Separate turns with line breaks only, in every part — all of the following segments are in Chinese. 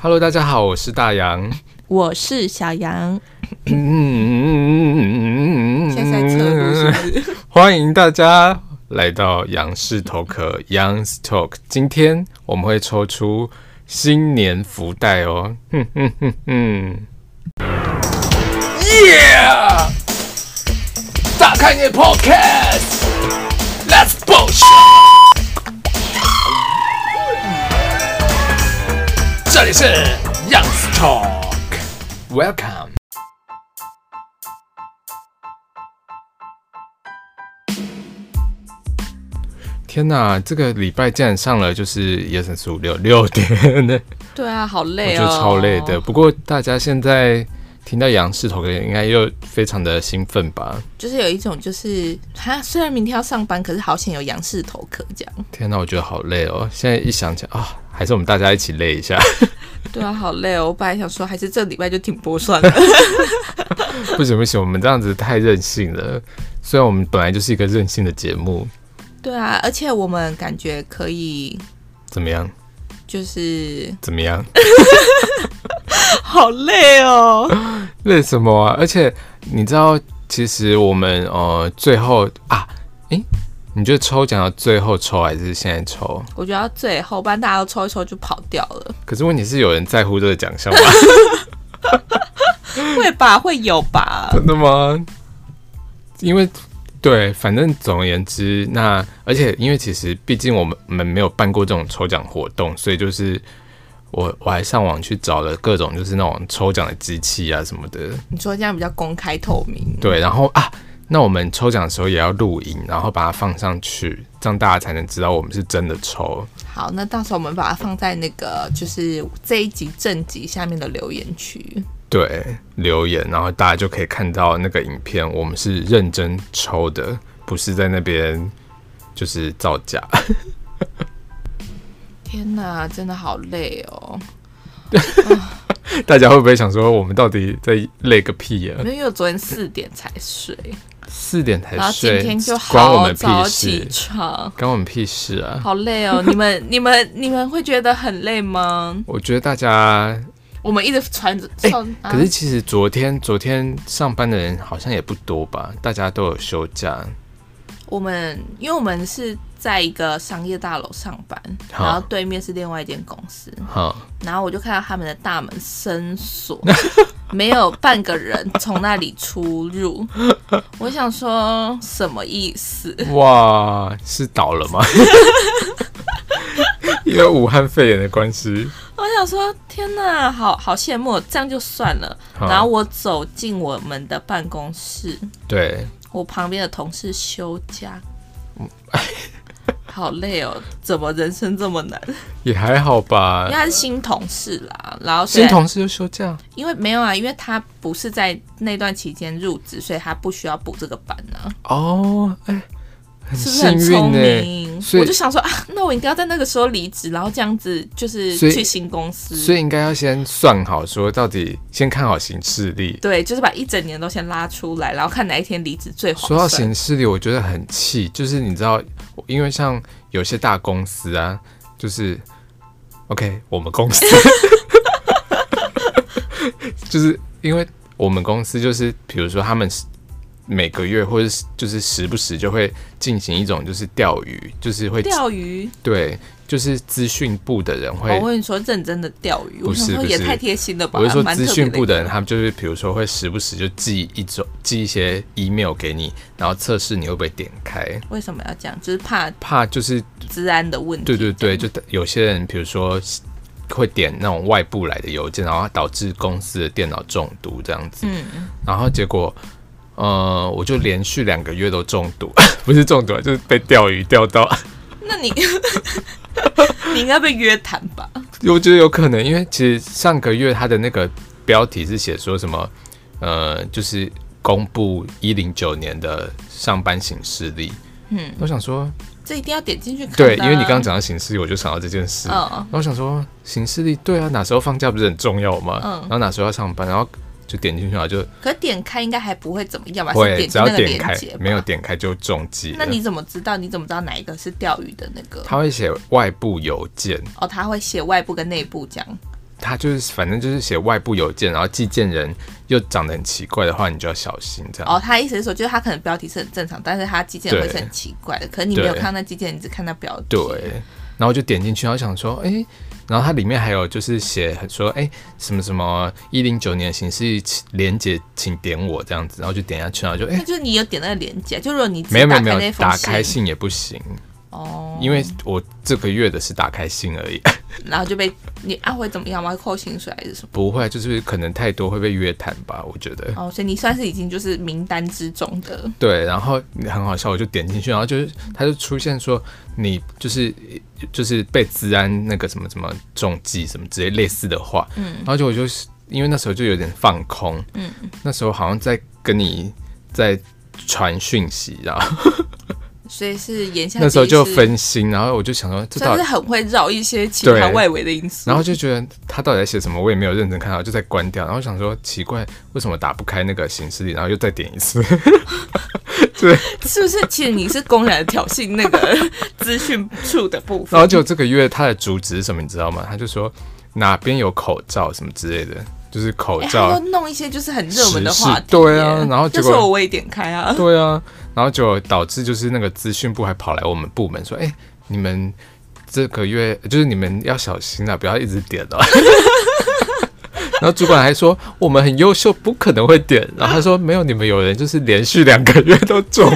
Hello，大家好，我是大洋。
我是小杨，
嗯现嗯
现在在侧录是不是？
欢迎大家来到杨氏头壳 Young's Talk。今天我们会抽出新年福袋哦。哼哼哼哼。Yeah！打开你的 Podcast，Let's bullshit。这里是 Young's Talk，Welcome。天呐，这个礼拜竟然上了就是一二三四五六六天呢，
对啊，好
我
累
觉
哦，
得超累的。，不过大家现在听到杨氏头壳，应该又非常的兴奋吧？
就是有一种就是哈，虽然明天要上班，可是好险有杨氏头壳这样。
天呐，我觉得好累哦！现在一想起来啊、还是我们大家一起累一下，
对啊，好累哦。我本来想说，还是这礼拜就停播算了。
不行不行，我们这样子太任性了。虽然我们本来就是一个任性的节目，
对啊，而且我们感觉可以，
怎么样？
就是
怎么样？
好累哦。
累什么啊？而且你知道，其实我们呃最后啊，诶、你觉得抽奖要最后抽还是现在抽？
我觉得到最后，不然大家都抽一抽就跑掉了，
可是问题是有人在乎这个奖项吗？
会吧？会有吧？
真的吗？因为对，反正总而言之，那而且因为其实毕竟我们我们没有办过这种抽奖活动，所以就是我我还上网去找了各种就是那种抽奖的机器啊什么的，
你说这样比较公开透明，
对，然后啊，那我们抽奖的时候也要录影，然后把它放上去，这样大家才能知道我们是真的抽。
好，那到时候我们把它放在那个就是这一集正集下面的留言区。
对，留言，然后大家就可以看到那个影片，我们是认真抽的，不是在那边就是造假。
天哪，真的好累哦！
大家会不会想说，我们到底在累个屁呀、
因为我昨天四点才睡，
四点呃才
然后今
睡，
天就
关我
好
们
早
屁
起
事，
床，
关我们屁事啊！
好累哦！你们、 你们、你们会觉得很累吗？
我觉得大家，
我们一直传着，
哎
传啊
可是其实昨天昨天上班的人好像也不多吧，大家都有休假。
我们因为我们是在一个商业大楼上班，
好
然后对面是另外一间公司，
哈，
然后我就看到他们的大门深锁， 没有半个人从那里出入。我想说什么意思？
哇，是倒了 吗？因为武汉肺炎的关系，
我想说天哪，好好羡慕，这样就算了。
好
然后我走进我们的办公室，
对，
我旁边的同事休 假，好累哦，怎么人生这么难？
也还好吧
因为。他是新同事啦，然后所以
新同事就休假，
因为没有啊，因为他不是在那段期间入职，所以他不需要补这个班啊。
哦，哎、
嗯
很
是不是很
幸
聪
运呢、
明？
所以
我就想说啊，那我应该要在那个时候离职，然后这样子就是
所以
去新公司。
所以应该要先算好，说到底先看好行事历。
对，就是把一整年都先拉出来，然后看哪一天离职最划
说到
算。
行事历，我觉得很气，就是你知道，因为像有些大公司啊，就是 OK，我们公司 就是因为我们公司就是，比如说他们是每个月或者是就是时不时就会进行一种就是钓鱼，就是会
钓鱼，
对，就是资讯部的人会
哦我跟你说，认真的钓鱼，
不
我
是
想说
不
也
是
太贴心了吧？
我是说，
蛮特
资
别
讯部的人，
一个，
他们就是比如说会时不时就寄一种寄一些 email 给你，然后测试你会不会点开，
为什么要这样？就是怕
怕就是
治安的问题。
对对对，就有些人比如说会点那种外部来的邮件，然后导致公司的电脑中毒这样子，
嗯，
然后结果。呃，我就连续两个月都中毒， 不是中毒啊，就是被钓鱼钓到。
那你你应该被约谈吧？
我觉得有可能，因为其实上个月他的那个标题是写说什么，呃，就是公布一零九年的上班行事历。
嗯，
我想说，
这一定要点进去看、
对，因为你刚刚，讲到行事历，我就想到这件事。
嗯
然后我想说，行事历对啊，哪时候放假不是很重要吗？
嗯
然后哪时候要上班，然后就点进去啊，就
可点开应该还不会怎么样吧？是
会
点
只
击
要
那个
点
链
开
接，吧，
没有点开就中计
那
了。
你怎么知道？你怎么知道哪一个是钓鱼的那个？
他会写外部邮件，
哦，他会写外部跟内部这样。
他就是反正就是写外部邮件，然后寄件人又长得很奇怪的话，你就要小心这样。
哦，他意思是说，就是他可能标题是很正常，但是他基建会是很奇怪的。可是你没有
对
看到那基建，你只看到标题。
对，然后就点进去，然后想说，哎、然后它里面还有就是写很说，哎、什么什么一零九年刑事连接，请点我这样子，然后就点下去，然后就哎、
那就是你有点那个连接，就如果你只
没有没有没
打开
有，
那封
打
信
开信也不行，
哦，
因为我这个月的是打开信而已，
然后就被你啊会怎么样吗？会扣薪水还是什么？
不会就是可能太多会被约谈吧，我觉得。
哦，所以你算是已经就是名单之中的
对，然后很好笑，我就点进去，然后就是它就出现说你就是就是被治安那个什么什么中计什么之类类似的话，嗯，然后就我就是因为那时候就有点放空，嗯，那时候好像在跟你在传讯息，然后
所以是言下
那时候
之意
就是分心，然后我就想说这到
算
底
是，很会绕一些其
对
他外围的因素。
然后就觉得他到底在写什么，我也没有认真看到，就在关掉，然后想说奇怪，为什么打不开那个行事历，然后又再点一次，
是不是？其实你是公然地挑衅那 个资讯处的部分。
然后就这个月他的主旨是什么，你知道吗？他就说哪边有口罩什么之类的，就是口
哎，
罩、
他又弄一些就是很热门的
时事
话题耶。
对啊然后结
就
果
是我我也点开啊。
对啊，然后就导致就是那个资讯部还跑来我们部门说，哎、你们这个月就是你们要小心啊，不要一直点了、 然后主管还说我们很优秀，不可能会点。然后他说没有，你们有人就是连续两个月都中。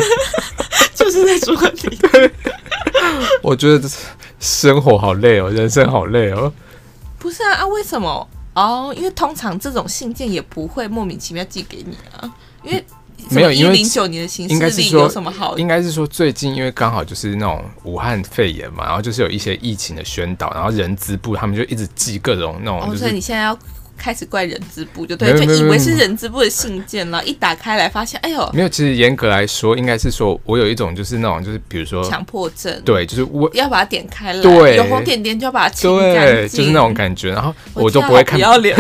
就是在主管里。
我觉得这生活好累哦，人生好累哦。
不是啊啊，为什么？哦，因为通常这种信件也不会莫名其妙寄给你啊，因为
没有因为
零九年的形
应该
式
是
力
说
有什么好？
哦应该是说最近因为刚好就是那种武汉肺炎嘛，然后就是有一些疫情的宣导，然后人资部他们就一直寄各种那种
哦，
就
所以
是
你现在要开始怪人资部就
没
对，
有
就
没有
以
没有
为是人资部的信件了，一打开来发现，哎呦，
没有，其实严格来说，应该是说我有一种就是那种就是比如说
强迫症，，
对，就是我
要把它点开来，
对
有红点点就要把它清干
对，
净，
就是那种感觉，然后
我
我
知
都
道
不会看
不，要脸，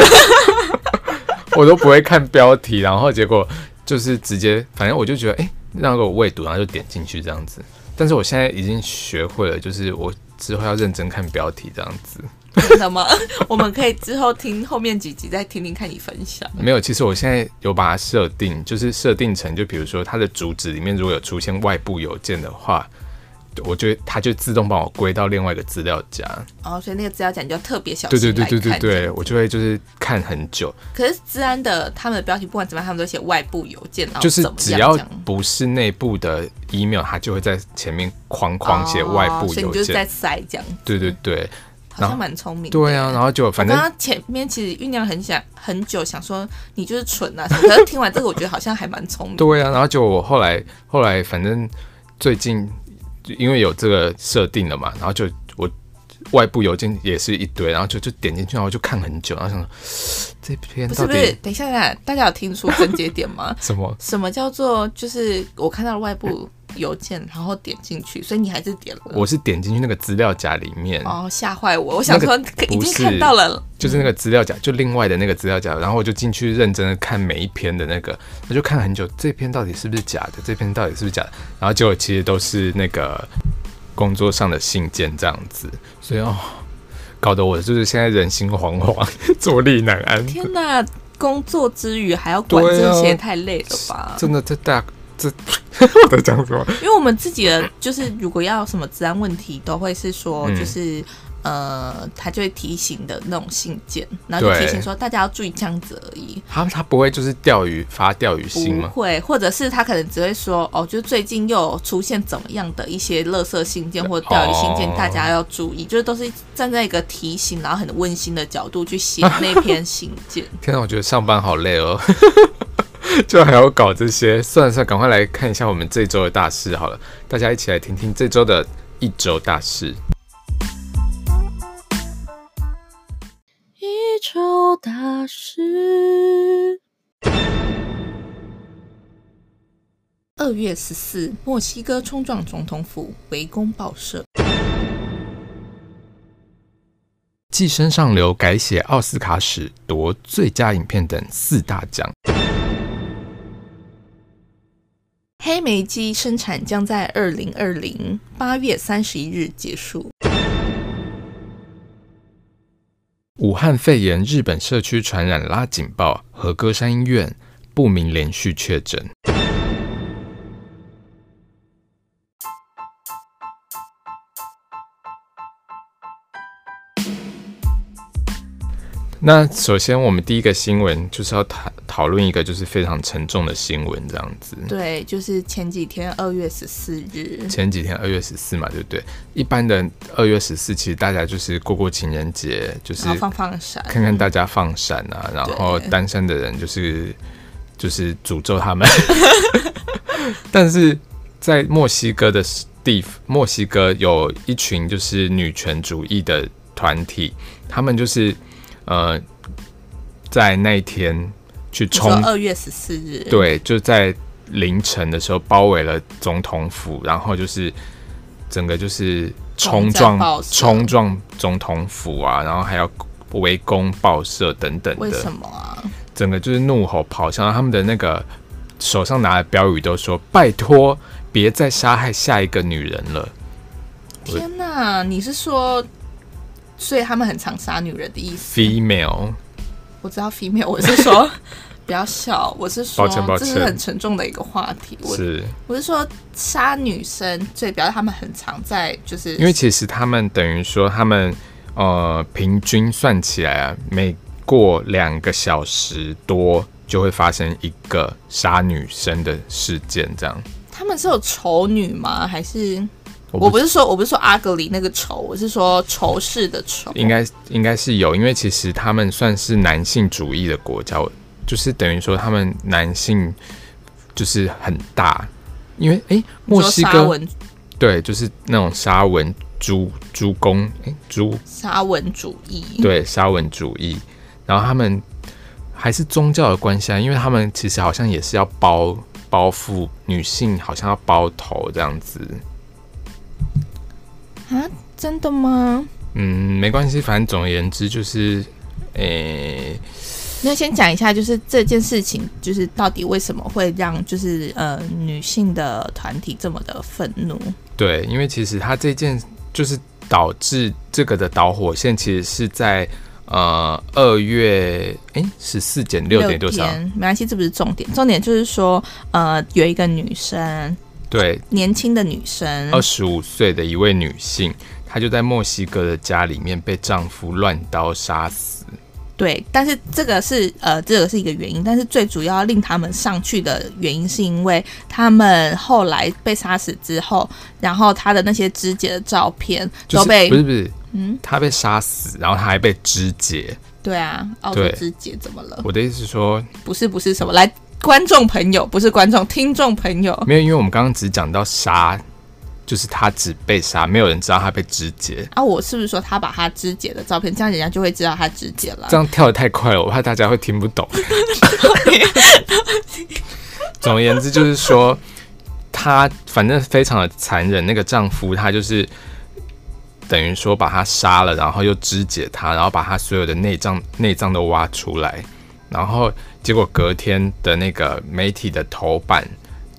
我都不会看标题，然后结果就是直接，反正我就觉得哎、诶那个我未读，然后就点进去这样子。但是我现在已经学会了，就是我之后要认真看标题这样子。
真的吗？ 我们可以之后听后面几集再听听看你分享。
没有，其实我现在有把它设定，就是设定成，就比如说它的主旨里面如果有出现外部邮件的话，我就它就自动帮我归到另外一个资料夹。
哦，所以那个资料夹你就要特别小
对对
心
对
来
对
看。
对对，我就会就是看很久，
可是治安的他们的标题不管怎么样，他们都写外部邮件，然后
就是
怎么
只
样
要
这样
不是内部的 email，它就会在前面框框写外
哦
部
所以
邮
你就是
件。
在嗯塞这样，
对对对
好像蛮聪明。
对啊，然后就反
刚
正
刚前面其实酝酿很想很久，想说你就是蠢啊什么，可 是听完这个，我觉得好像还蛮聪明。
对啊，然后就我后来后来反正最近就因为有这个设定了嘛，然后就我外部邮件也是一堆，然后就就点进去，然后就看很久，然后想说嘶这篇
不
到
是不是
底，？
等一下，等一下，大家有听出分节点吗
什么？
什么叫做就是我看到了外部邮件，然后点进去，所以你还是点了。
我是点进去那个资料夹里面，
哦，吓坏我！我想说已
不
经
是
看到了，
就是那个资料夹，就另外的那个资料夹，然后我就进去认真的看每一篇的那个，我就看很久，这篇到底是不是假的，这篇到底是不是假的，然后结果其实都是那个工作上的信件这样子，所以哦，搞得我就是现在人心惶惶， 坐立难安，
天哪！工作之余还要管
对啊
这些，太累了吧？
真的这大这 我在讲什么？
因为我们自己的就是如果要什么治安问题，都会是说
嗯
就是、呃，他就会提醒的那种信件，然后就
对
提醒说大家要注意这样子而已，
他他不会就是钓鱼发钓鱼信
不
吗？
会，或者是他可能只会说哦，就最近又有出现怎么样的一些垃圾信件或者钓鱼信件，
哦
大家要注意，就是都是站在一个提醒，然后很温馨的角度去写 那篇信件。
天哪，啊我觉得上班好累哦， 就还要搞这些。算了算了，赶快来看一下我们这周的大事好了，大家一起来听听这周的一周大事。
一周大事。二月十四，墨西哥冲撞总统府，围攻报社。
寄生上流改写奥斯卡史，夺最佳影片等四大奖。
黑莓机生产将在二零二零八月三十一日结束。
武汉肺炎日本社区传染拉警报，和歌山医院不明连续确诊。那首先，我们第一个新闻就是要讨讨论一个就是非常沉重的新闻，这样子。
对，就是前几天二月十四日，
前几天二月十四嘛，对不对？一般的二月十四，其实大家就是过过情人节，就是
然后放放闪，
看看大家放闪啊，然后
对
单身的人就是就是诅咒他们。 但是在墨西哥的地，墨西哥有一群就是女权主义的团体，他们就是呃在那一天去
你说
冲
二月十四日，
对，就在凌晨的时候包围了总统府，然后就是整个就是冲
轰炸报
撞
社
冲撞总统府啊，然后还要围攻报社等等
为什
的，
么啊？
整个就是怒吼咆哮，然后他们的那个手上拿的标语都说：“拜托，别再杀害下一个女人了。我
天哪，你是说，所以他们很常杀女人的意思？
”Female，
我知道 female，我是 说不要笑，我是说
抱歉抱歉
这是很沉重的一个话题。我
是
我是说杀女生，所以表示他们很常在就是
因为其实他们等于说他们呃平均算起来啊，每过两个小时多就会发生一个杀女生的事件，这样。
他们是有仇女吗？还是
我
我
不
不是说我不是说阿格里那个仇，我是说仇视的仇。
应该应该是有，因为其实他们算是男性主义的国家，就是等于说他们男性就是很大，因为诶，
你
墨
说
西
沙
哥
文
对，就是那种沙文猪猪公诶，猪
沙文主 义，
对沙文主义，然后他们还是宗教的关系啊，因为他们其实好像也是要包包覆女性，好像要包头这样子。
啊，真的吗？
嗯，没关系，反正总而言之就是，诶、
那先讲一下，就是这件事情，就是到底为什么会让就是呃女性的团体这么的愤怒？
对，因为其实它这件就是导致这个的导火线，其实是在呃二月诶十四减六点多少？
天没关系，这不是重点，重点就是说，呃，有一个女生，
对，
年轻的女生，
二十五岁的一位女性，她就在墨西哥的家里面被丈夫乱刀杀死。
对，但是这个是呃，这个是一个原因，但是最主要令他们上去的原因，是因为他们后来被杀死之后，然后他的那些肢解的照片
就是
都被，
不是不是，
嗯，
她被杀死，然后她还被肢解。
对啊，澳洲
对
肢解怎么了？
我的意思是说，
不是不是什么来。观众朋友不是观众，听众朋友，
没有，因为我们刚刚只讲到杀，就是她只被杀，没有人知道她被肢解。
啊，我是不是说他把他肢解的照片，这样人家就会知道他肢解了
这？样跳得太快了，我怕大家会听不懂。 总而言之，就是说，她反正非常的残忍。那个丈夫他就是等于说把她杀了，然后又肢解她，然后把她所有的内脏内脏都挖出来，然后结果隔天的那个媒体的头版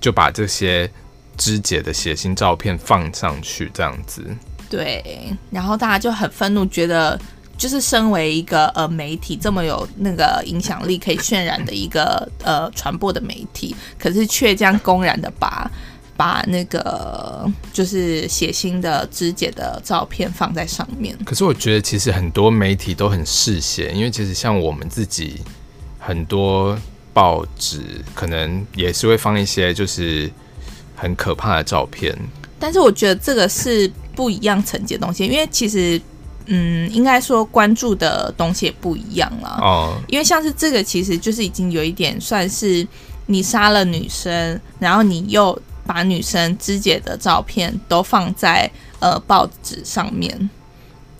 就把这些肢解的血腥照片放上去，这样子。
对，然后大家就很愤怒，觉得就是身为一个呃媒体这么有那个影响力，可以渲染的一个呃传播的媒体，可是却这样公然的把把那个就是血腥的肢解的照片放在上面。
可是我觉得其实很多媒体都很嗜血，因为其实像我们自己很多报纸可能也是会放一些就是很可怕的照 片，
但是我觉得这个是不一样层级的东西，因为其实嗯，应该说关注的东西也不一样啦。
哦、
因为像是这个，其实就是已经有一点算是你杀了女生，然后你又把女生肢解的照片都放在呃报纸上面，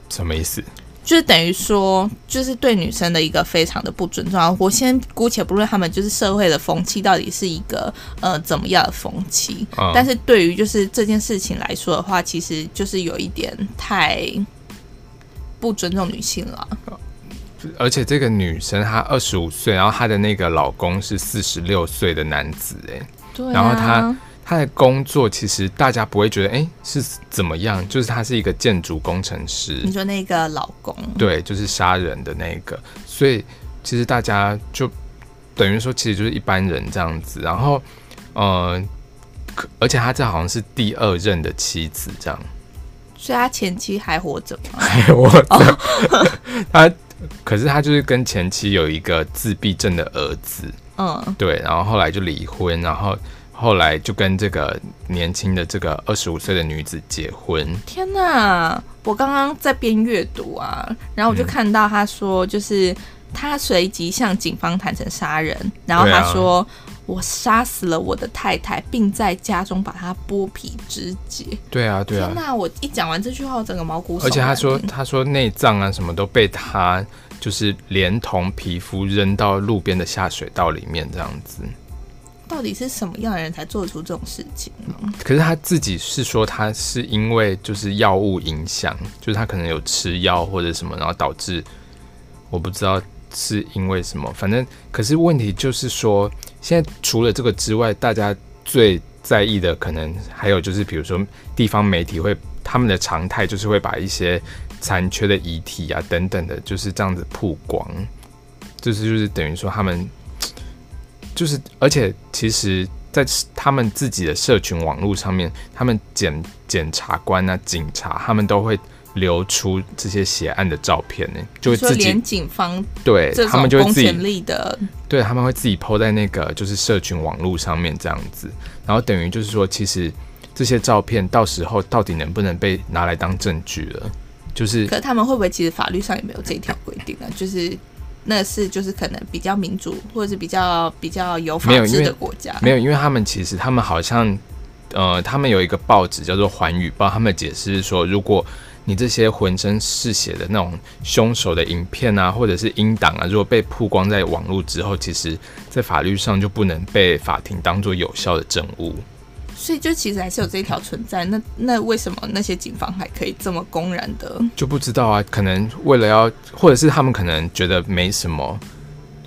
什么意思？
就是等于说，就是对女生的一个非常的不尊重。我先姑且不论他们就是社会的风气到底是一个呃怎么样的风气，
嗯
但是对于就是这件事情来说的话，其实就是有一点太不尊重女性了。
而且这个女生她二十五岁，然后她的那个老公是四十六岁的男子，哎，
对、啊，
然后她他的工作其实大家不会觉得哎、诶是怎么样，就是他是一个建筑工程师，
你说那个老公，
对，就是杀人的那个，所以其实大家就等于说，其实就是一般人这样子。然后，呃，可而且他这好像是第二任的妻子这样，
所以他前妻还活着吗？
我哦 他可是他就是跟前妻有一个自闭症的儿子，
嗯，
对，然后后来就离婚，然后后来就跟这个年轻的这个二十五岁的女子结婚，
天哪！我刚刚在边阅读啊，然
嗯
后我就看到他说，就是他随即向警方坦诚杀人，然后
对
他
啊
说、我杀死了我的太太，并在家中把她剥皮肢解。
对啊，对啊
天，哪！我一讲完这句话，我整个毛骨悚然。
而且他
嗯
说，他说内脏啊什么都被他就是连同皮肤扔到路边的下水道里面这样子。
到底是什么样的人才做出这种事情呢？
可是他自己是说，他是因为就是药物影响，就是他可能有吃药或者什么，然后导致我不知道是因为什么。反正，可是问题就是说，现在除了这个之外，大家最在意的可能还有就是，比如说地方媒体会他们的常态就是会把一些残缺的遗体啊等等的，就是这样子曝光，就是就是等于说他们就是，而且其实，在他们自己的社群网络上面，他们检检察官啊、警察，他们都会流出这些血案的照片呢、就会
说
自己
连警方
对
这
他
种
们就会
公
自己
权力的，
对，他们会自己 PO 在那个就是社群网络上面这样子，然后等于就是说，其实这些照片到时候到底能不能被拿来当证据了？就是
可他们会不会其实法律上也没有这一条规定呢？啊就是那是就是可能比较民主或者是比较比较有法
没有因
治
为
的国家，
没有，因为他们其实他们好像，呃，他们有一个报纸叫做《环宇报》，他们解释说，如果你这些浑身是血的那种凶手的影片啊，或者是音档啊，如果被曝光在网络之后，其实在法律上就不能被法庭当做有效的证物。
所以就其实还是有这一条存在。那那为什么那些警方还可以这么公然的？
就不知道啊，可能为了要，或者是他们可能觉得没什么，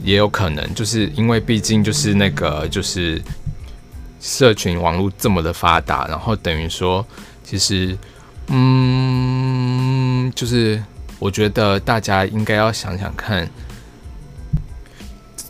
也有可能，就是因为毕竟就是那个就是社群网络这么的发达，然后等于说，其实，嗯，就是我觉得大家应该要想想看，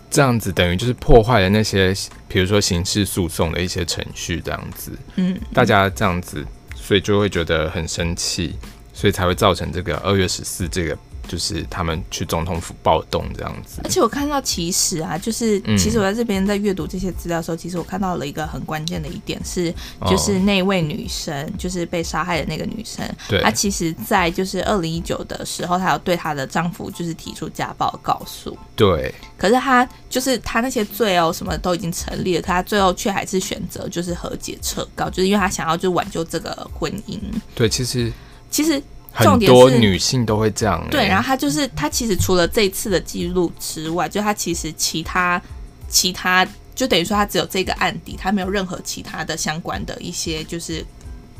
这样子等于就是破坏了那些，比如说刑事诉讼的一些程序，这样子，
嗯，
大家这样子，所以就会觉得很生气，所以才会造成这个二月十四这个就是他们去总统府暴动这样子
而。且我看到其实啊，就是
嗯
其实我在这边在阅读这些资料的时候，其实我看到了一个很关键的一点是，
哦
就是那位女生，就是被杀害的那个女生，
对
她其实在就是二零一九的时候，她有对她的丈夫就是提出家暴告诉，
对，
可是她就是她那些罪哦什么都已经成立了，可她最后却还是选择就是和解撤告，就是因为她想要就挽救这个婚姻。
对，其实
其实重
很
点
多
是
女性都会这样、欸。
对，然后他就是他其实除了这一次的记录之外，就他其实其他其他就等于说他只有这个案底，他没有任何其他的相关的一些就是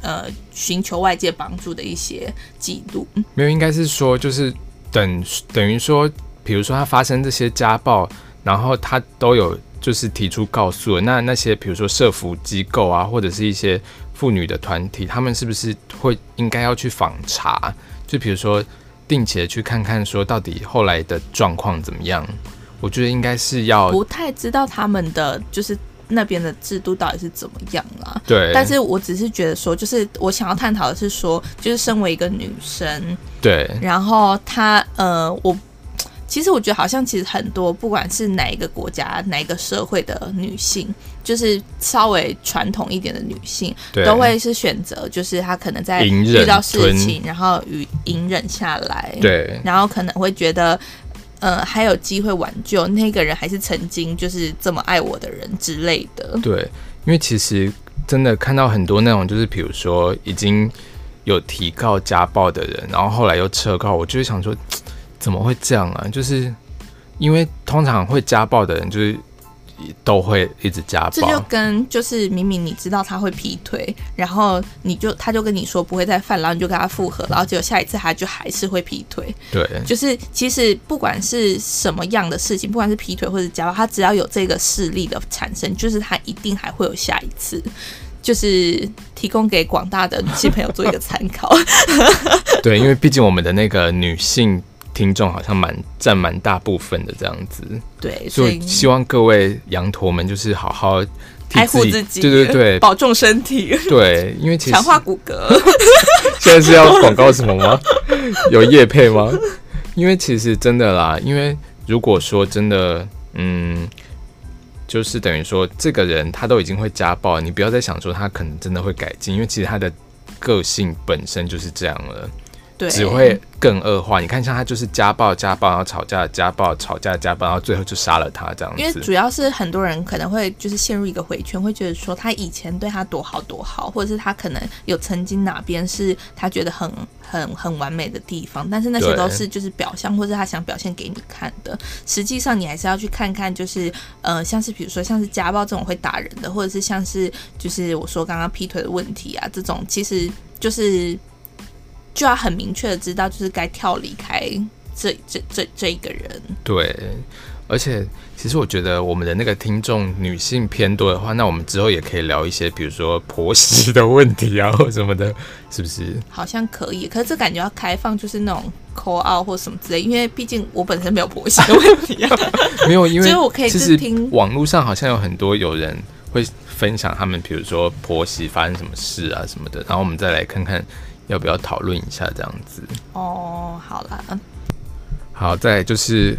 呃寻求外界帮助的一些记录。
没有，应该是说就是等等于说，比如说他发生这些家暴，然后他都有就是提出告诉了，那那些比如说社服机构啊，或者是一些妇女的团体，他们是不是会应该要去访查？就比如说定期的去看看说到底后来的状况怎么样？我觉得应该是要
不太知道他们的就是那边的制度到底是怎么样啦、
对，
但是我只是觉得说，就是我想要探讨的是说，就是身为一个女生，
对
然后他呃，我其实我觉得好像其实很多，不管是哪一个国家、哪一个社会的女性，就是稍微传统一点的女性，
对
都会是选择，就是她可能在
隐
遇
忍
到事
吞
情，然后与隐忍下来，，
对
然后可能会觉得。呃，还有机会挽救那个人，还是曾经就是这么爱我的人之类的。
对，因为其实真的看到很多那种，就是比如说已经有提告家暴的人，然后后来又撤告，我就会想说，怎么会这样啊？就是因为通常会家暴的人，就是都会一直家
这就
暴。
跟就是明明你知道他会劈腿，然后你就他就跟你说不会再犯，然后你就跟他复合，然后结果下一次他就还是会劈腿。
对
就是其实不管是什么样的事情，不管是劈腿或者家暴，他只要有这个势力的产生，就是他一定还会有下一次。就是提供给广大的女性朋友做一个参 考。
对，因为毕竟我们的那个女性听众好像蛮占蛮大部分的这样子，
对，所
所
以
以希望各位羊驼们就是好好替
爱护自己，
对对对
保重身体，
对，因为其实
强化骨骼。
现在是要广告什么吗？ 有业配吗？因为其实真的啦，因为如果说真的，嗯，就是等于说这个人他都已经会家暴，你不要再想说他可能真的会改进，因为其实他的个性本身就是这样了，
对，
只会更恶化。你看，像他就是家暴、家暴，然后吵架、家暴、吵架、家暴，然后最后就杀了他这样
因为
子。
主要是很多人可能会就是陷入一个回圈，会觉得说他以前对他多好多好，或者是他可能有曾经哪边是他觉得很很很完美的地方，但是那些
对
都是就是表象，或是他想表现给你看的。实际上你还是要去看看，就是呃，像是比如说像是家暴这种会打人的，或者是像是就是我说刚刚劈腿的问题啊，这种其实就是就要很明确的知道，就是该跳离开这这这这一个人。
对，而且其实我觉得我们的那个听众女性偏多的话，那我们之后也可以聊一些，比如说婆媳的问题啊，或什么的，是不是？
好像可以，可是这感觉要开放，就是那种 call out 或什么之类，因为毕竟我本身没有婆媳的问题啊。
没有，因为
所以我可以
其
就
实
听
网络上好像有很多有人会分享他们，比如说婆媳发生什么事啊什么的，然后我们再来看看要不要讨论一下这样子。
哦，好啦，嗯
好，再来就是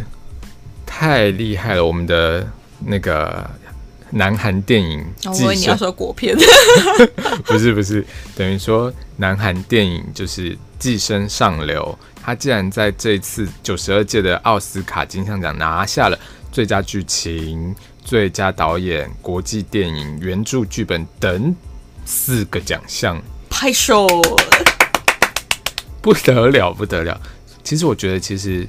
太厉害了，我们的那个南韩电影《
哦我以
寄
为你
生
要说国片，
不是不是，等于说南韩电影就是《寄生上流》，它竟然在这次九十二届的奥斯卡金像奖拿下了最佳剧情、最佳导演、国际电影原著剧本等四个奖项，
拍手。
不得了，不得了。其实我觉得，其实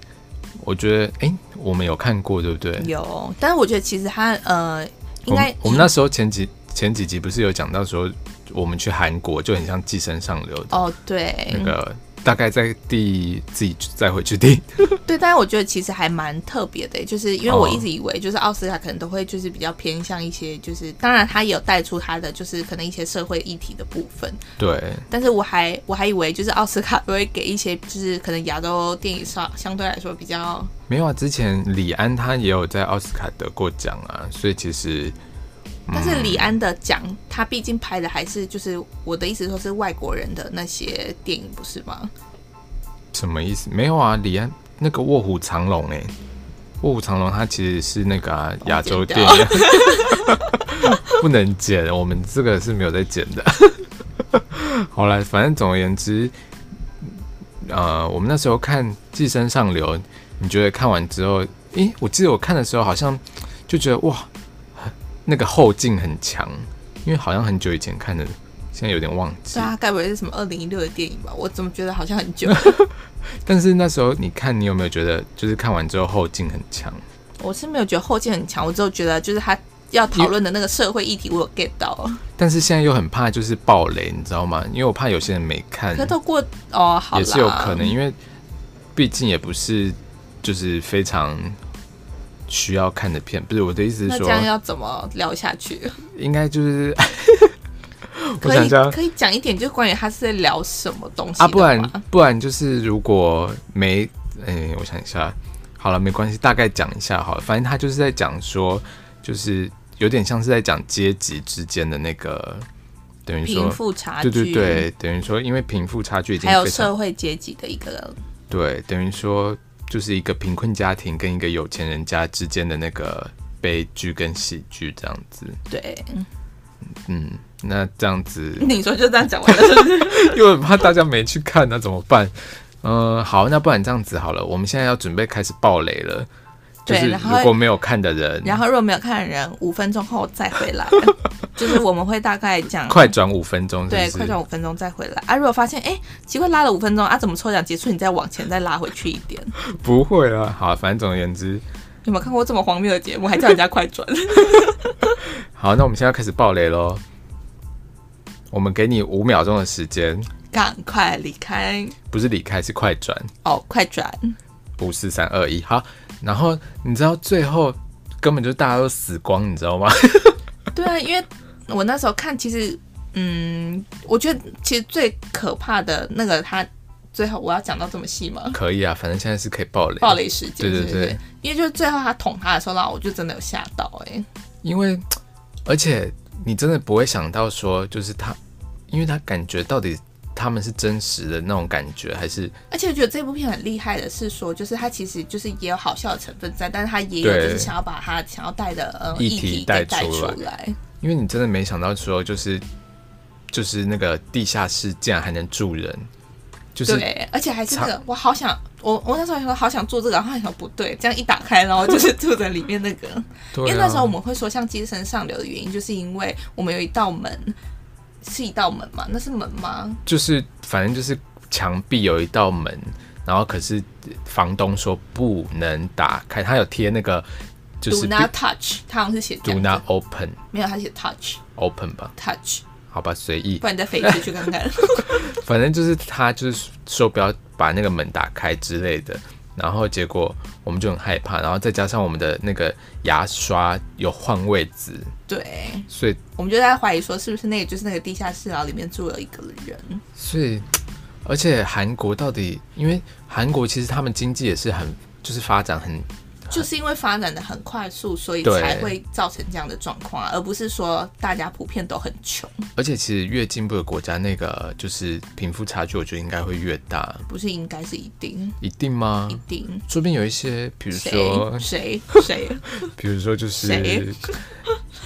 我觉得，哎、我们有看过，对不对？
有，但是我觉得其实他呃，应
我
该
们我们那时候前几前几集不是有讲到说，我们去韩国就很像《寄生上流》的
哦对
那个大概在第自己再回去第
对，但是我觉得其实还蛮特别的，欸就是因为我
哦
一直以为就是奥斯卡可能都会就是比较偏向一些就是，当然他也有带出他的就是可能一些社会议题的部分，
对
但是我还我还以为就是奥斯卡都会给一些就是可能亚洲电影上相对来说比较
没有啊，之前李安他也有在奥斯卡得过奖啊，所以其实
但是李安的奖，他毕竟拍的还是就是我的意思说是外国人的那些电影，不是吗？
什么意思？没有啊，李安那个《卧虎藏龙》哎，《卧虎藏龙》它其实是那个啊亚、洲电影， 不能剪，我们这个是没有在剪的。 好了，反正总而言之，呃，我们那时候看《寄生上流》，你觉得看完之后，诶、我记得我看的时候好像就觉得哇，那个后劲很强，因为好像很久以前看的，现在有点忘记
对。啊，该不会是什么二零一六的电影吧？我怎么觉得好像很久？
但是那时候你看，你有没有觉得就是看完之后后劲很强？
我是没有觉得后劲很强，我只有觉得就是他要讨论的那个社会议题，我有 get 到。
但是现在又很怕就是暴雷，你知道吗？因为我怕有些人没看
可，都过哦，好啦，
也是有可能，因为毕竟也不是就是非常需要看的片。不是我的意思
那
是
这
说，
样要怎么聊下去？
应该就是 我
可
想
以
这样
可以讲一点，就是关于他是在聊什么东西的
啊，不然
吗
不然就是如果没，哎、我想一下，好了，没关系，大概讲一下好了。反正他就是在讲说，就是有点像是在讲阶级之间的那个，等于
贫
说，
富差距，
对对对，等于说，因为贫富差距已经
还有
非常
社会阶级的一个
对，等于说就是一个贫困家庭跟一个有钱人家之间的那个悲剧跟喜剧这样子。
对，
嗯，那这样子
你说就这样讲完了，是不是？
因为怕大家没去看，那怎么办？嗯、好，那不然这样子好了，我们现在要准备开始爆雷了。就
对
是
然后
如果没有看的人，
然后若没有看的人，五分钟后再回 来，就是我们会大概讲
快转五分钟是不
对，
是，
快转五分钟再回来啊。如果发现哎奇怪拉了五分钟啊，怎么抽奖结束？你再往前再拉回去一 点。
不会啊。好，反正总而言之，
有没有看过这么荒谬的节目，还叫人家快转？
好，那我们现在要开始爆雷喽。我们给你五秒钟的时间，
赶快离开
不是离开，是快转。
哦，快转！
五四三二一，好。然后你知道最后根本就大家都死光，你知道吗？
对啊，因为我那时候看，其实嗯，我觉得其实最可怕的那个，他最后我要讲到这么细吗？
可以啊，反正现在是可以爆雷。
暴雷时
对
间，
对
对
对，
因为就是最后他捅他的时候，然后我就真的有吓到、哎，
因为而且你真的不会想到说，就是他，因为他感觉到底他们是真实的那种感觉，还是
而且我觉得这部片很厉害的是说，就是它其实就是也有好笑的成分在，但是它也有
对
就是想要把它想要带的呃
议
议
题
题
带
给带
出
出
来
来。
因为你真的没想到说，就是就是那个地下室竟然还能住人，就是
对，而且还是那
差
个，我好想，我我那时候想说好想做这个，然后想不对，这样一打开，然后就是住在里面那个。
对、啊，
因为那时候我们会说像寄生上流的原因，就是因为我们有一道门，是一道门嘛？那是门吗？
就是反正就是墙壁有一道门，然后可是房东说不能打开，他有贴那个就
Do
是
not touch，他好像是写这
do
样
not
子，
open
没有，他写 touch
open 吧，
touch，
好吧，随意
不，然你再飞出去看看。
反正就是他就是说不要把那个门打开之类的，然后结果我们就很害怕，然后再加上我们的那个牙刷有换位置，
对，
所以
我们就在怀疑说是不是那个就是那个地下室，然后里面住了一个人。
所以而且韩国到底因为韩国其实他们经济也是很就是发展很
就是因为发展的很快速，所以
对
才会造成这样的状况啊，而不是说大家普遍都很穷，
而且其实越进步的国家，那个就是贫富差距，我觉得应该会越大，
不是应该是一定
一定吗
一？定。
说不定有一些，比如说
谁，谁 谁
比如说就是
谁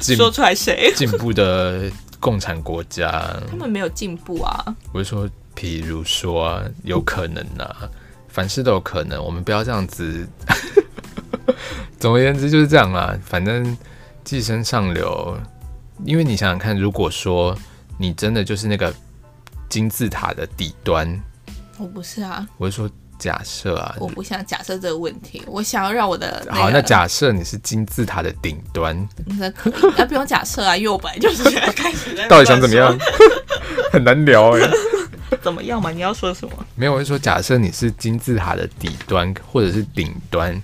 进
说出来谁？
进步的共产国家，
他们没有进步啊！
我是说，比如说啊有可能啊，凡事都有可能，我们不要这样子。 总而言之就是这样啦，反正寄生上流，因为你想想看，如果说你真的就是那个金字塔的底端，
我不是啊，
我是说假设啊，
我不想假设这个问题，我想要让我的、
好，
那
那
个
假设你是金字塔的顶端，
那可以，那不用假设啊，因为我本来就是觉得开始 在
到底想怎么样？ 很难聊哎、
怎么样嘛？你要说什么？
没有，我是说，假设你是金字塔的底端或者是顶端，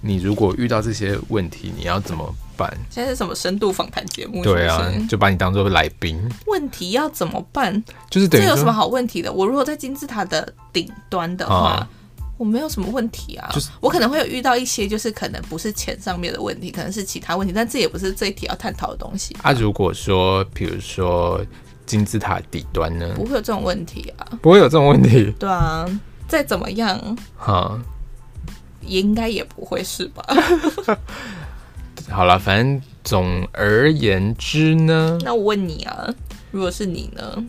你如果遇到这些问题，你要怎么办？
现在是什么深度访谈节目？
对啊
是不，是
就把你当做来宾，
问题要怎么办？
就是等
这
于
有什么
说，
好问题的？我如果在金字塔的顶端的话，
啊
我没有什么问题啊。
就是
我可能会有遇到一些，就是可能不是钱上面的问题，可能是其他问题，但这也不是这一题要探讨的东西，
啊，如果说，比如说金字塔底端呢，
不会有这种问题啊。
不会有这种问题
对啊，再怎么样
哈。
也应该也不会是吧？
好了，反正总而言之呢，
那我问你啊，如果是你呢？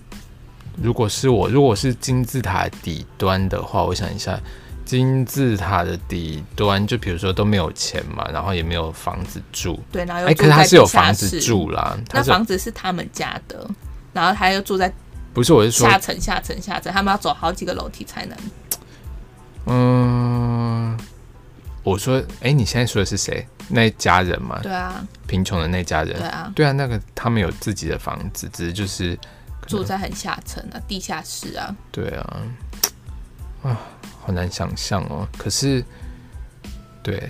如果是我，如果是金字塔底端的话，我想一下，金字塔的底端，就比如说都没有钱嘛，然后也没有房子住，
对，然后
哎、
又
可
住
是他
在
是有
地
房
下
子
室，
住啦，他
那
是有
房子是他们家的，然后他又住在
不是我是说，
下层、下层、下层，他们要走好几个楼梯才能。
嗯，我说，哎、你现在说的是谁？那一家人嘛，
对啊，
贫穷的那家人，
对啊。
对啊，那个他们有自己的房子，只是就是
住在很下层啊，地下室啊，
对啊，啊，好难想象哦。可是，对，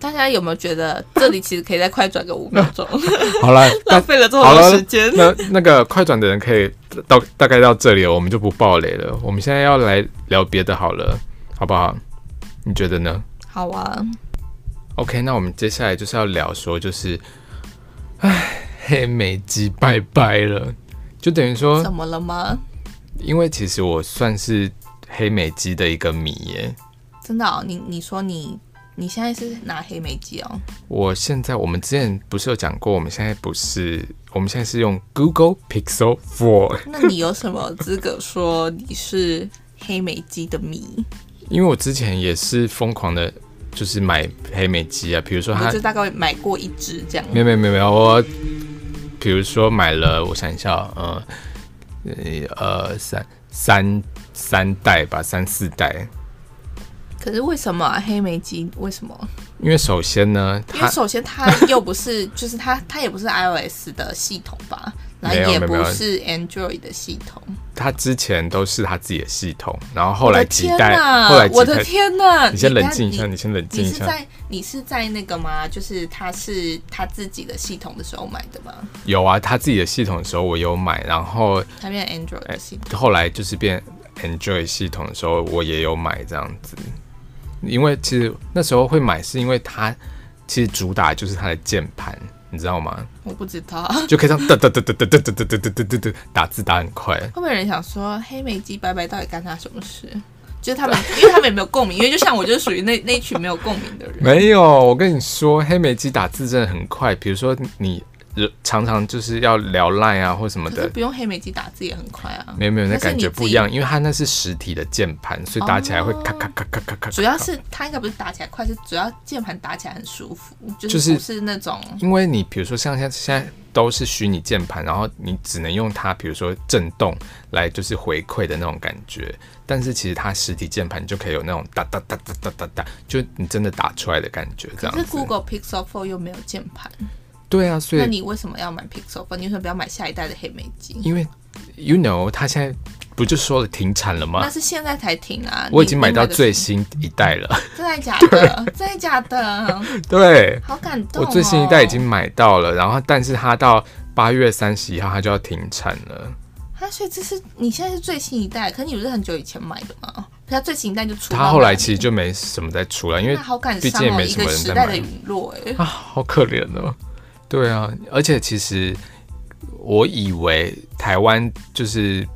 大家有没有觉得这里其实可以再快转个五秒 钟，
好了，大
浪费了这么
好
多
了
时间？
那那个快转的人可以到大概到这里了，我们就不爆雷了。我们现在要来聊别的好了，好不好？你觉得呢
好啊，
？OK，那我们接下来就是要聊说，就是，唉，黑美姬拜拜了，就等于说，
啊怎么了吗？
因为其实我算是黑美姬的一个迷耶。
真的、哦，你你说你你现在是拿黑莓机哦，
我现在我们之前不是有讲过，我们现在不是，我们现在是用 Google Pixel Four，
那你有什么资格说你是黑莓机的迷？
因为我之前也是疯狂的，就是买黑美姬啊，比如说它
我就大概买过一只这样，
没有没有没有没有，我比如说买了，我想一下哦，嗯，一二三三三代吧，三四代。
可是为什么啊、黑莓机？为什么？
因为首先呢，
因为
它
首先它又不是，就是它它也不是 iOS 的系统吧，然
没有
后也
没有
不
没有
是 Android 的系统，
他之前都是他自己的系统，然后后来几
我的
代
天，哪
后来几代
我的天呐！
你先冷静一
你
下，你先冷静
你
一
是
下。
在你是在那个吗？就是他是他自己的系统的时候买的吗？
有啊，他自己的系统的时候我有买，然后
他变 Android 的系统。
后来就是变 Enjoy 系统的时候我也有买这样子。因为其实那时候会买，是因为它其实主打就是它的键盘，你知道吗？
我不知道，
就可以这样哒哒哒哒哒哒哒哒哒哒哒哒打字打很快。
会不会有人想说黑莓鸡拜拜到底干他什么事？就 是他们，因为他们也没有共鸣，因为就像我就是属于那那一群没有共鸣的 人。
没有，我跟你说，黑莓机打字真的很快。比如说你呃常常就是要聊赖啊或什么
可是
的，
不用黑莓机打字也很快啊。
没有没有，那
可是
感觉
你自己
不一样，因为它那是实体的键盘，所以打起来会
哦
咔咔咔咔咔咔。
主要是它应该不是打起来快，是主要键盘打起来很舒服，就
就是
是不是那种
因为你比如说像现在现在都是虚拟键盘，然后你只能用它，比如说震动来就是回馈的那种感觉。但是其实它实体键盘就可以有那种哒哒哒哒哒哒哒，就你真的打出来的感觉这
可
样
是
子。
Google Pixel 4又没有键盘，
对啊，所
那
以
你为什么要买 Pixel 4？你为什么不要买下一代的黑莓机？
因为 you know 它现在不就说了停产了吗
那？是现在才停啊！
我已
你
经买到最，
你
新一代了，
的是真的假的？真的假的？
对
好感动、
我
哦！
最新一代已经买到了，然后但是它到八月三十一号它就要停产了，
啊，所以这是你现在是最新一代，可你不是很久以前买的吗？可它最新一代就出到哪里，
它后来其实就没什么再出了，因为
那好感
毕
伤
竟也
哦，
没
一
什么
个
人
时
在
代
买
的陨落哎、
啊，好可怜哦。对啊，而且其实我以为台湾就是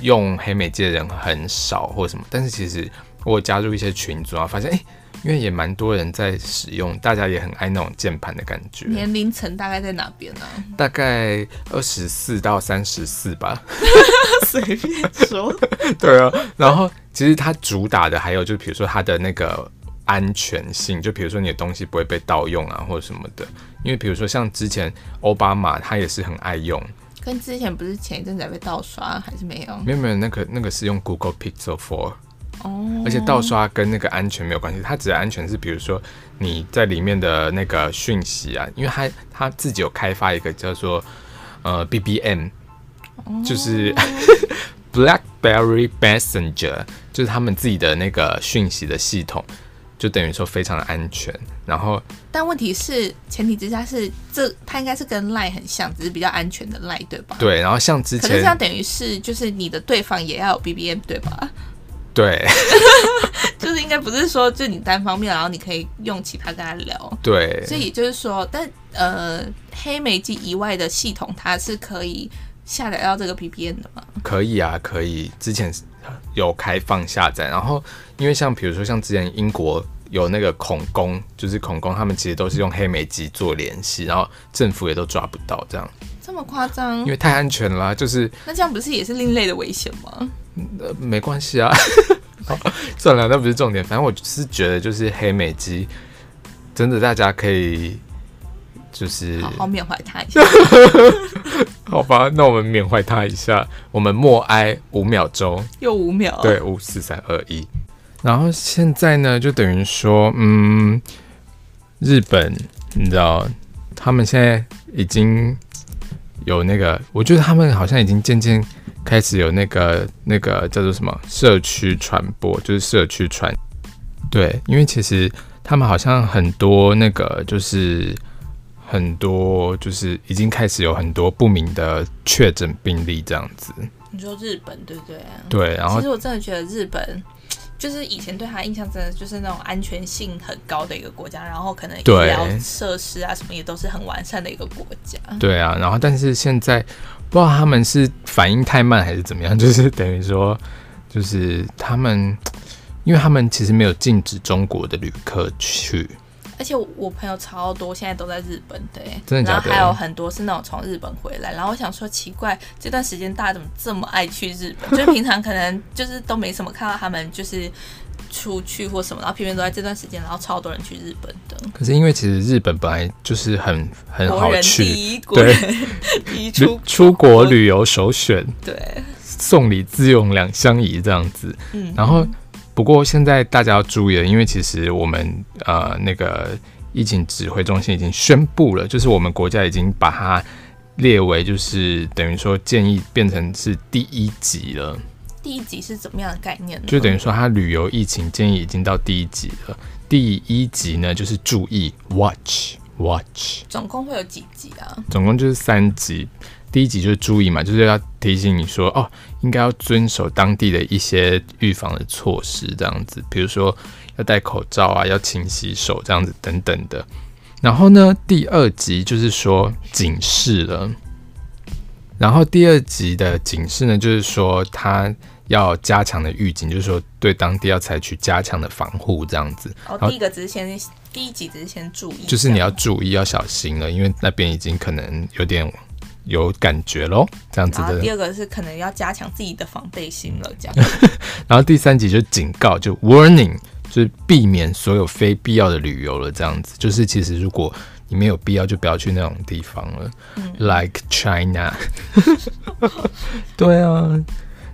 用黑美机的人很少或什么，但是其实我有加入一些群组啊，发现哎、诶因为也蛮多人在使用，大家也很爱那种键盘的感觉。
年龄层大概在哪边啊呢、
大概二十四到三十四吧。
随便说，
对啊，然后其实它主打的还有就是，比如说它的那个安全性，就比如说你的东西不会被盗用啊，或者什么的。因为比如说像之前奥巴马他也是很爱用，
跟之前不是前一阵子还被盗刷，还是没有？
没有没有那个那个是用 Google Pixel 4，
哦，
而且盗刷跟那个安全没有关系，它指的安全是比如说你在里面的那个讯息啊，因为它它自己有开发一个叫做呃 BBM，就是
哦
BlackBerry Messenger，就是他们自己的那个讯息的系统，就等于说非常的安全。然后
但问题是，前提之下是这它应该是跟赖很像，只是比较安全的赖，对吧？。
对，然后像之
可是这
前
样等于是就是你的对方也要有 BBM 对吧？
对
就是应该不是说就你单方面，然后你可以用其他跟他聊。
对，
所以也就是说，但呃，黑莓机以外的系统它是可以下载到这个 BBM 的吗？
可以啊，可以。之前是有开放下载，然后因为像比如说像之前英国有那个恐攻，就是恐攻，他们其实都是用黑莓机做联系，然后政府也都抓不到这样，
这么夸张
因？为太安全了啊、就是、
那这样不是也是另类的危险吗？
呃、没关系啊。 好算了，那不是重点，反正我是觉得就是黑莓机真的大家可以。就是
好好缅怀他一下。
好吧，那我们缅怀他一下，我们默哀五秒钟。
又五秒，，
对，五四三二一。然后现在呢，就等于说，嗯，日本，你知道，他们现在已经有那个，我觉得他们好像已经渐渐开始有那个那个叫做什么社区传播，就是社区传。对，因为其实他们好像很多那个就是很多就是已经开始有很多不明的确诊病例这样子。
你说日本对不对？
对，然后
其实我真的觉得日本，就是以前对他印象真的就是那种安全性很高的一个国家，然后可能医
对
疗设施啊什么也都是很完善的一个国家。
对啊，然后但是现在不知道他们是反应太慢还是怎么样， 就是等于说，就是他们，因为他们其实没有禁止中国的旅客去，
而且我朋友超多，现在都在日本，对，
真的假的
然后还有很多是那种从日本回来，然后我想说奇怪，这段时间大家怎么这么爱去日本？ 就是平常可能就是都没什么看到他们就是出去或什么，然后偏偏都在这段时间，然后超多人去日本的。
可是因为其实日本本来就是很很
国
好
人
去，
第一，国人第
旅
一出
出国旅游首选，
对，
送礼自用两相宜这样子。
嗯，
然后不过现在大家要注意了，因为其实我们呃那个疫情指挥中心已经宣布了，就是我们国家已经把它列为就是等于说建议变成是第一级了，
第一集是怎么样的概念呢？
就等于说它旅游疫情建议已经到第一级了。第一级呢就是注意 watch watch，
总共会有几集啊？
总共就是三级。第一集就是注意嘛，就是要提醒你说哦，应该要遵守当地的一些预防的措施，这样子，比如说要戴口罩啊，要勤洗手这样子等等的。然后呢，第二集就是说警示了。然后第二集的警示呢，就是说它要加强的预警，就是说对当地要采取加强的防护这样子。
哦，
好
第一个只是先，第一集只是先注意，
就是你要注意要小心了，因为那边已经可能有点有感觉喽，这样
这
子
样。然后
的
第。二个是可能要加强自己的防备心了，这样。
然后第三集就警告，就 warning，就是避免所有非必要的旅游了，这样子。就是其实如果你没有必要，就不要去那种地方了、l
嗯
i k e China。对啊，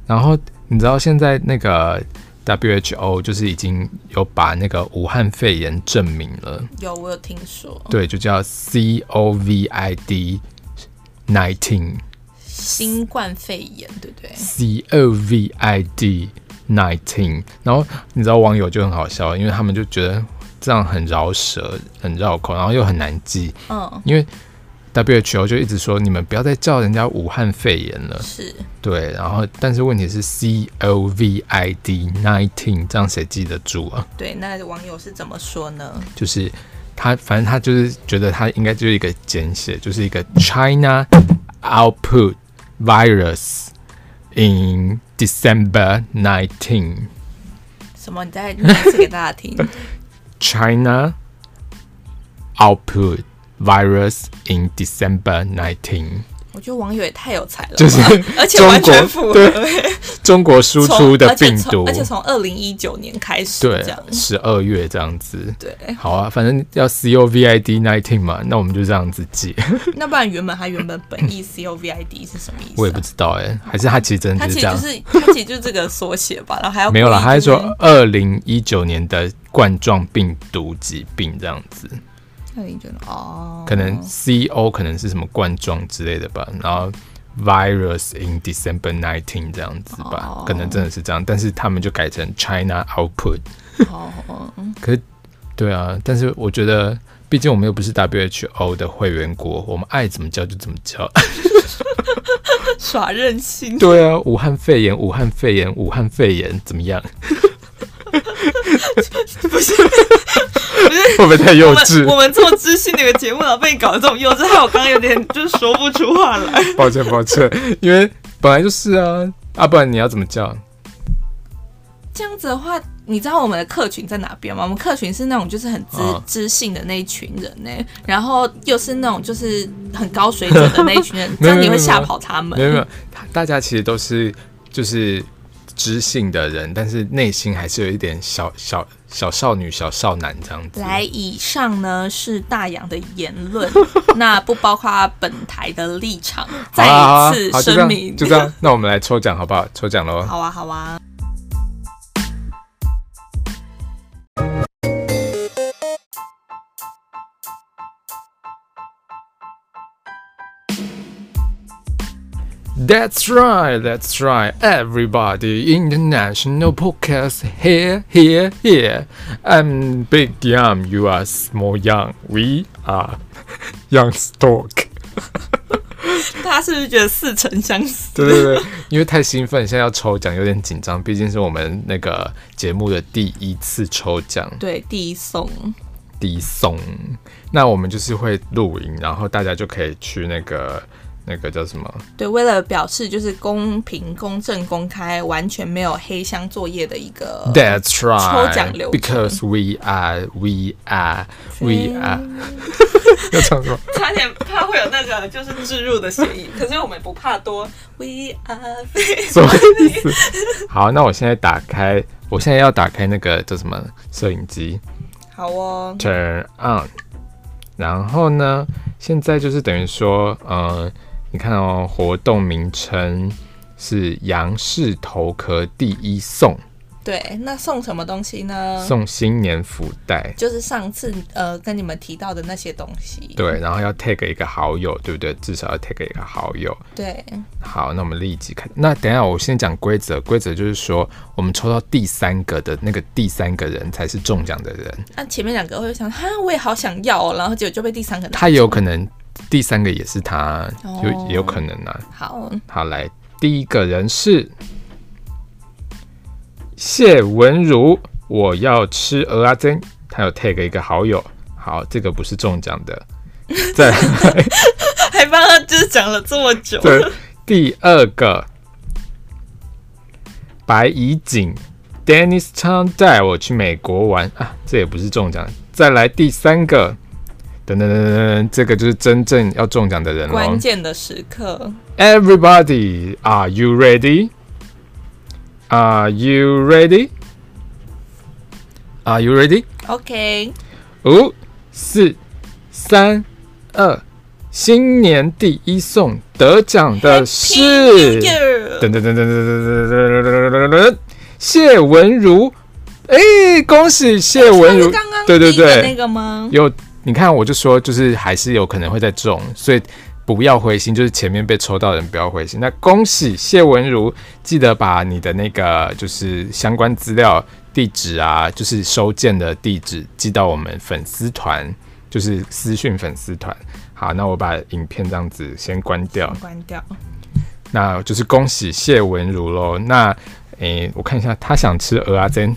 然后你知道现在那个 WHO 就是已经有把那个武汉肺炎证明了。
有，我有听说
对，就叫 COVID nineteen
新冠肺炎，对不对？
COVID nineteen。然后你知道网友就很好笑，因为他们就觉得这样很饶舌、很绕口，然后又很难记，
嗯，
因为 WHO 就一直说你们不要再叫人家武汉肺炎了。
是
对，然后但是问题是 COVID nineteen 这样谁记得住啊？
对。那网友是怎么说呢？
就是他，反正他就是觉得他应该就是一个简写，就是一个 China output virus in December nineteen
什么？你再念一次给大家 听。
China output virus in December nineteen，
我觉得网友也太有才了吧，
就是
而且
中
完全
国
符合
对中国输
从
出的
而且
病
从
毒
而，且从二零一九年开始
对
这样，。
十二月这样子。
对，
好啊，反正要 COVID nineteen 嘛，那我们就这样子记。
那不然原本它原本本意 COVID 是什么意思、啊？
我也不知道哎、还是他其实真的
它
就是
其实
这样
就。是它其实就是这个缩写吧，然后还要
没有
故
啦，
意
他是
这
说
边
二零一九年的冠状病毒疾病这样子，
哦那你觉得哦，
可能 C O 可能是什么冠状之类的吧，然后 virus in December nineteen 这样子吧，
哦
可能真的是这样，但是他们就改成 China output。
哦，
可是，对啊，但是我觉得，毕竟我们又不是 WHO 的会员国，我们爱怎么叫就怎么叫。
耍任性，
对啊，武汉肺炎，武汉肺炎，武汉肺炎怎么 样？
不是
会不会太幼
我们我
稚？
们这么知性的一个节目，然后被你搞得这种幼稚，害我刚刚有点就是说不出话来。
抱歉，抱歉，因为本来就是啊，啊，不然你要怎么叫？
这样子的话，你知道我们的客群在哪边吗？我们客群是那种就是很知、
嗯
知性的那一群人呢、然后又是那种就是很高水准的那 一群人，这样你会吓跑他们。
没有没有， 他大家其实都是就是知性的人，但是内心还是有一点小小小少女、小少男这样子。
来，以上呢是大洋的言论，那不包括本台的立场。
啊
再一次声明，
就这样，就这 样。那我们来抽奖好不好？抽奖喽！
好啊，好啊。
That's right, that's right. Everybody, international podcast here, here, here. I'm big young, you are small young. We are young stock.
大家是不是觉得似曾相识？
对对对，因为太兴奋，现在要抽奖有点紧张，毕竟是我们那个节目的第一次抽奖，
对，第一送
第一送。那我们就是会录影，然后大家就可以去那个那个叫什么？
对，为了表示就是公平、公正、公开，完全没有黑箱作业的一个
That's right.
抽奖流程
Because we are, we are, we are. 要唱什么？
差点怕会有那个就是置入的嫌疑，可是我们不怕多。We are
什么意 思？好，那我现在打开，我现在要打开那个叫什么摄影机
好哦，
，Turn on。然后呢，现在就是等于说，呃，你看哦，活动名称是杨氏头壳第一送。
对，那送什么东西呢？
送新年福袋，
就是上次呃跟你们提到的那些东西。
对，然后要 tag 一个好友，对不对？至少要 tag 一个好友。
对
好，那我们立即看。那等一下，我先讲规则。规则就是说，我们抽到第三个的那个第三个人才是中奖的人，
那前面两个会想，哈，我也好想要、哦，然后结果就被第三个拿。
他有可能第三个也是他，
哦
有也有可能啊。
好，
好，来，第一个人是谢文如，我要吃鹅阿珍，他有 tag 一个好友。好，这个不是中奖的。再来
还帮他就是讲了这么久。
对，第二个白怡景，Dennis Chang 带我去美国玩啊，这也不是中奖。再来第三个，等等等等等等，这个就是真正要中奖的人喽
关。键的时刻，
Everybody, are you ready? Are you ready? Are you ready?
OK，
五、四、三、二，新年第一送得奖的呃是。
Happy New Year
噔噔噔噔噔噔噔噔噔噔噔，谢文如，哎、恭喜谢文
是
如
刚刚，
对对
第一个
对
那，个吗？
有你看我就说，就是还是有可能会再中，所以不要灰心，就是前面被抽到的人不要灰心。那恭喜谢文如，记得把你的那个就是相关资料、地址啊，就是收件的地址寄到我们粉丝团，就是私讯粉丝团。好，那我把影片这样子先关掉。
关掉。
那就是恭喜谢文如喽。那诶、我看一下，他想吃鹅啊珍，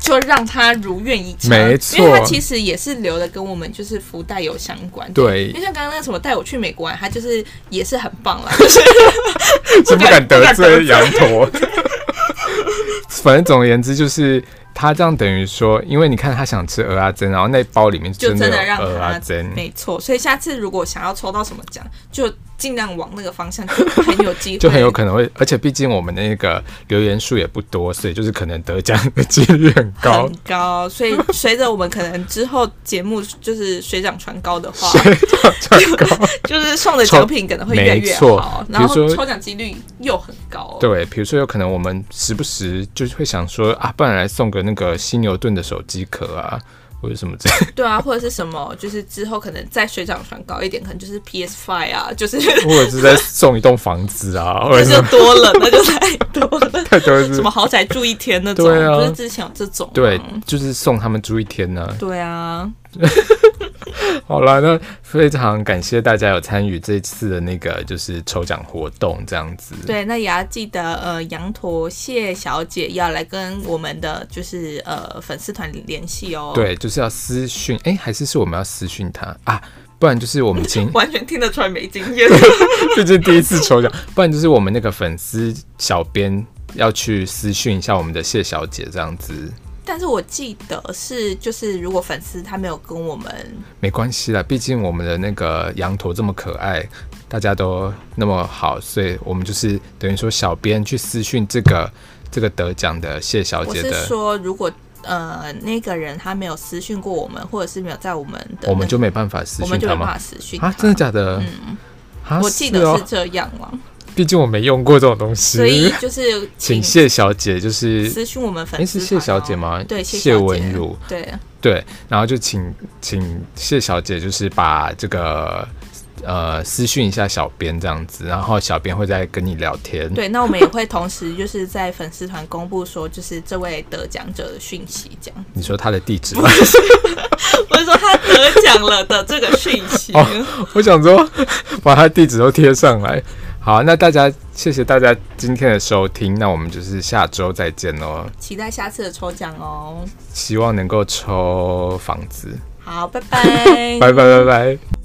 就让他如愿以偿，
没错
因为他其实也是留的跟我们就是福袋有相关，
对
因为像刚刚那个什么带我去美国啊玩，他就是也是很棒 啦，就是
是不敢得罪
不敢得罪
羊驼。 反正总而言之，就是他这样等于说，因为你看他想吃鹅啊珍，然后那包里面
就
的
真的让
有鹅啊
他
珍，
没错，所以下次如果想要抽到什么奖，就尽量往那个方向，就很有机 会，
就很有可能会。而且毕竟我们那个留言数也不多，所以就是可能得奖的几率很高
很。高，所以随着我们可能之后节目就是水涨船高的话， 就是送的奖品可能会越来
没
越
错
好，
比如
然后
说
抽奖几率又很高，
对，比如说有可能我们时不时就是会想说啊，不然来送个那个犀牛顿的手机壳啊，或者什么之类 的
对啊，或者是什么，就是之后可能再水涨船高一点，可能就是 PS Five 啊，就是
或者是在送一栋房子啊，或者
那
是
就多了，那就太 多了。
太多
什
是
么豪宅住一天那种，
对啊
就是之前有这种、啊。
对，就是送他们住一天呢、
对啊，
好了，那非常感谢大家有参与这次的那个就是抽奖活动，这样子。
对，那也要记得呃，羊驼谢小姐要来跟我们的就是呃粉丝团联系哦。，
对，就是要私讯，哎、还是是我们要私讯他啊？不然就是我们请
完全听得出来没经验。
这是第一次抽奖，不然就是我们那个粉丝小编要去私讯一下我们的谢小姐这样子，
但是我记得是就是如果粉丝他没有跟我们
没关系啦，毕竟我们的那个羊驼这么可爱，大家都那么好，所以我们就是等于说小编去私讯这个这个得奖的谢小
我
姐
是
的，
说，如果呃那个人他没有私讯过我们，或者是没有在我们的那个，
我们就没办法私
我们
讯
就没
她
办法
吗？
私讯
啊，
他
真的假的？啊
嗯我记得
哦
是这样啊，
毕竟我没用过这种东
所以
西，
就是
请谢小姐就是
私讯我们粉
诶
丝
是
团哦、
谢小姐吗
对，谢
谢
小姐
文如
对，
对，然后就请请谢小姐就是把这个呃私讯一下小编这样子，然后小编会再跟你聊天。
对，那我们也会同时就是在粉丝团公布说，就是这位得奖者的讯息，这样，
你说她的地址吗？
我是说他得奖了的这个讯息。
哦我想说把她地址都贴上来。好，那大家谢谢大家今天的收听，那我们就是下周再见喽，
期待下次的抽奖哦。
希望能够抽房子，
好，拜拜
拜拜拜拜。